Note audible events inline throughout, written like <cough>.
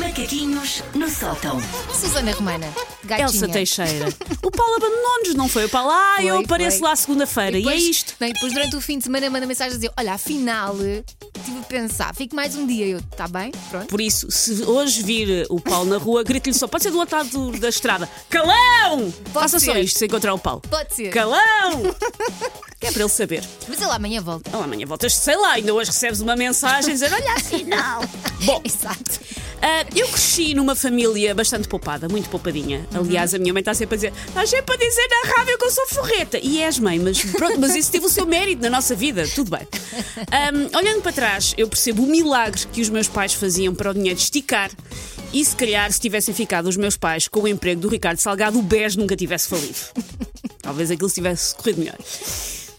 Macaquinhos no sótão. Susana Romana, gatinha. Elsa Teixeira. O Paulo abandonou-nos, não foi? O Paulo, ah, eu Foi, apareço foi. lá segunda-feira. E, é depois- isto. Não, e depois durante o fim de semana manda mensagem a dizer: Olha, afinal, estive a pensar, fico mais um dia. Eu, tá bem? Pronto. Por isso, se hoje vir o Paulo na rua, grite-lhe só. Pode ser do outro lado da estrada. Calão! Faça só ser. isto se encontrar o Paulo. Pode ser. Calão! que é para ele saber. Mas ele amanhã volta. Ele amanhã voltas, sei lá, ainda hoje recebes uma mensagem dizendo: Olha, afinal. <laughs> Bom, Exato. ah, eu cresci numa família bastante poupada, muito poupadinha. Aliás, a minha mãe está sempre a dizer: "Ah, Estás sempre a dizer na rádio que eu sou forreta. E és, mãe, mas pronto, mas isso teve o seu mérito na nossa vida, tudo bem. Ahm, olhando para trás, eu percebo o milagre que os meus pais faziam para o dinheiro esticar. E se calhar, se tivessem ficado os meus pais com o emprego do Ricardo Salgado, o BES nunca tivesse falido. Talvez aquilo tivesse corrido melhor.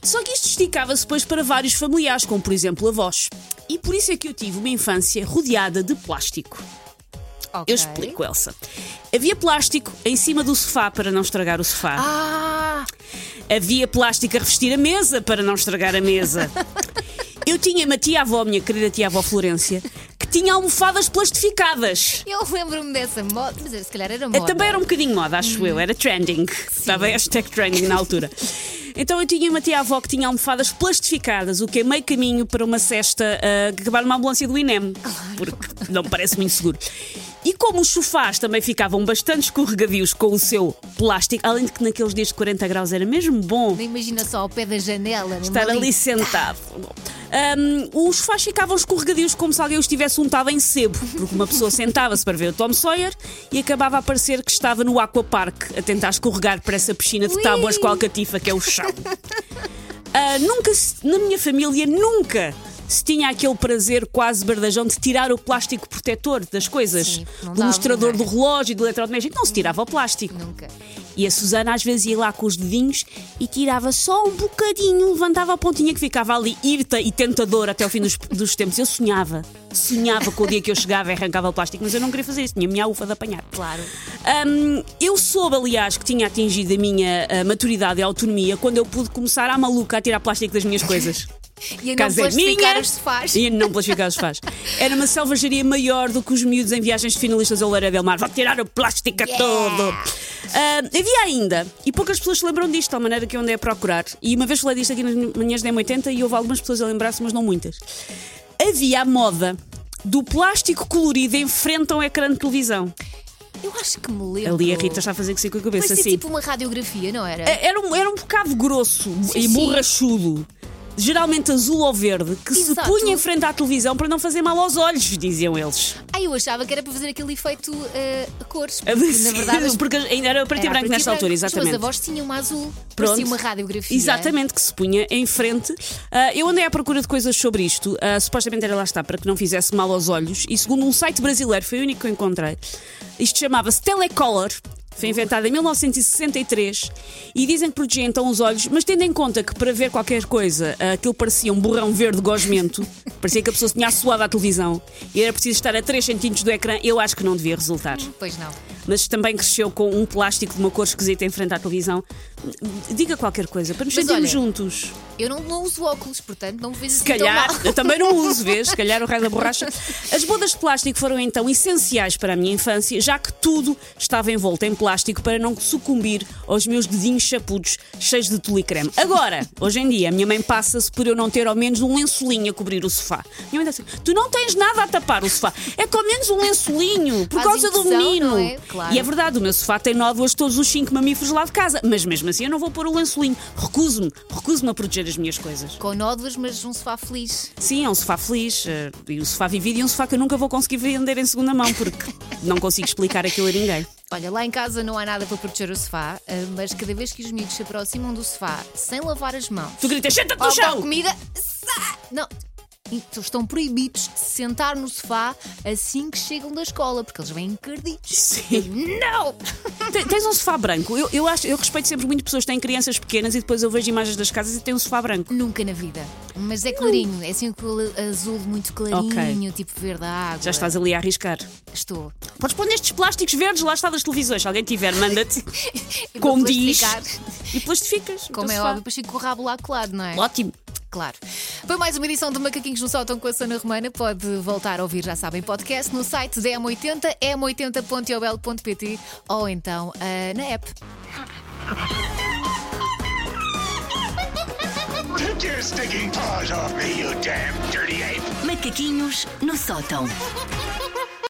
Só que isto esticava-se depois para vários familiares, como por exemplo avós. E por isso é que eu tive uma infância rodeada de plástico. Ok. Eu explico, Elsa. Havia plástico em cima do sofá para não estragar o sofá. Ah, Havia plástico a revestir a mesa para não estragar <laughs> a mesa. Eu tinha uma tia-avó, minha querida tia-avó Florência, que tinha almofadas plastificadas. eu lembro-me dessa moda. Mas se calhar era Eh, moda. Também era um bocadinho moda, acho eu. Era trending. Estava hashtag trending na altura. Então eu tinha uma tia-avó que tinha almofadas plastificadas, o que é meio caminho para uma cesta ah, que acabar numa ambulância do INEM. Porque não me parece muito seguro. E como os sofás também ficavam bastante escorregadios com o seu plástico, além de que naqueles dias de 40 graus era mesmo bom Não imagina só ao pé da janela. mesmo estar ali sentado. Bom, hum, os sofás ficavam escorregadios como se alguém os tivesse untado em sebo, porque uma pessoa sentava-se para ver o Tom Sawyer e acabava a parecer que estava no aquapark a tentar escorregar para essa piscina de Ui! tábuas com alcatifa que é o chão. Ah, nunca, se- na minha família, nunca se tinha aquele prazer quase bardajão de tirar o plástico protetor das coisas, Sim, não do dava, mostrador não do é? relógio e do eletrodoméstico, não se tirava o plástico. Nunca. E a Susana às vezes ia lá com os dedinhos e tirava só um bocadinho, levantava a pontinha que ficava ali, irta e tentadora até ao fim dos, dos tempos. Eu sonhava, sonhava com o dia que eu chegava e arrancava o plástico, mas eu não queria fazer isso, tinha a minha ufa de apanhar. Claro. Hum, eu soube, aliás, que tinha atingido a minha ah, maturidade e autonomia quando eu pude começar à maluca a tirar plástico das minhas coisas. E ainda não Casa é plastificar minha os sofás. E não plastificar os sofás. Era uma selvageria maior do que os miúdos em viagens de finalistas ao Leira del Mar. Vou tirar o plástico Yeah! todo. Ah, havia ainda, e poucas pessoas se lembram disto, de tal maneira que eu andei a procurar. E uma vez falei disto aqui nas manhãs da M80 e houve algumas pessoas a lembrar-se, mas não muitas. Havia a moda do plástico colorido em frente a um ecrã de televisão. Eu acho que me lembro. Ali a Rita está a fazer que sim com a Mas cabeça isso é assim. tipo uma radiografia, não era? É- Era um, era um bocado grosso e sim. borrachudo. Geralmente azul ou verde, que se Exato. punha em frente à televisão para não fazer mal aos olhos, diziam eles. Ah, eu achava que era para fazer aquele efeito eh, a cores. Porque, Sim, na verdade, as <laughs> porque ainda era preto e Era branco preto nesta e altura, Os meus exatamente. avós tinham uma azul. Pronto. Parecia uma radiografia. Exatamente, que se punha em frente. Ah, eu andei à procura de coisas sobre isto. Ah, supostamente era lá está, para que não fizesse mal aos olhos. E segundo um site brasileiro, foi o único que eu encontrei. Isto chamava-se Telecolor. Foi inventado em 1963 e dizem que protegia então os olhos, mas tendo em conta que para ver qualquer coisa ah, aquilo parecia um borrão verde gosmento, <laughs> parecia que a pessoa se tinha assoado à televisão e era preciso estar a 3 centímetros do ecrã, eu acho que não devia resultar Pois não. mas também cresceu com um plástico de uma cor esquisita em frente à televisão. Diga qualquer coisa, para nos Mas sentirmos olha, juntos. Eu não, não uso óculos, portanto, não me vejo Se assim calhar, tão mal. <laughs> eu também não uso, vês? Se calhar o raio da borracha. As bodas de plástico foram então essenciais para a minha infância, já que tudo estava envolto em plástico para não sucumbir aos meus dedinhos chapudos cheios de tule e creme. Agora, hoje em dia, a minha mãe passa-se por eu não ter ao menos um lençolinho a cobrir o sofá. Minha mãe diz assim: tu não tens nada a tapar o sofá, é que ao menos um lençolinho, por Faz causa do impressão, menino. não é? Claro. E é verdade, o meu sofá tem nódoas todos os cinco mamíferos lá de casa, mas mesmo assim eu não vou pôr o lençolinho. Recuso-me, recuso-me a proteger as minhas coisas. Com nódoas, mas um sofá feliz. Sim, é um sofá feliz, eh, e um sofá vivido e um sofá que eu nunca vou conseguir vender em segunda mão, porque <laughs> não consigo explicar aquilo a ninguém. Olha, lá em casa não há nada para proteger o sofá, ah, mas cada vez que os miúdos se aproximam do sofá sem lavar as mãos Tu gritas, senta-te ou no com a chão! comida. sa- Não. E t- Estão proibidos de sentar no sofá assim que chegam da escola, porque eles vêm encardidos. Sim. Não! Te- Tens um sofá branco. Eu, eu, acho, eu respeito sempre muito pessoas que têm crianças pequenas e depois eu vejo imagens das casas e tem um sofá branco. Nunca na vida. Mas é clarinho, é assim um col- azul muito clarinho, tipo verde água. Já estás ali a arriscar. Estou. Podes pôr nestes plásticos verdes, lá está das televisões. Se alguém tiver, manda-te. <laughs> E Com vou diz. plastificar. E plastificas. o Como teu é sofá. óbvio, depois fico com o rabo lá colado, não é? Ótimo. claro. Foi mais uma edição de Macaquinhos no Sótão com a Sana Romana. Pode voltar a ouvir, já sabem, podcast no site da M80, m80.iobel.pt ou então ah, na app. Take your stinking paws off me, you damn dirty ape! Macaquinhos no sótão.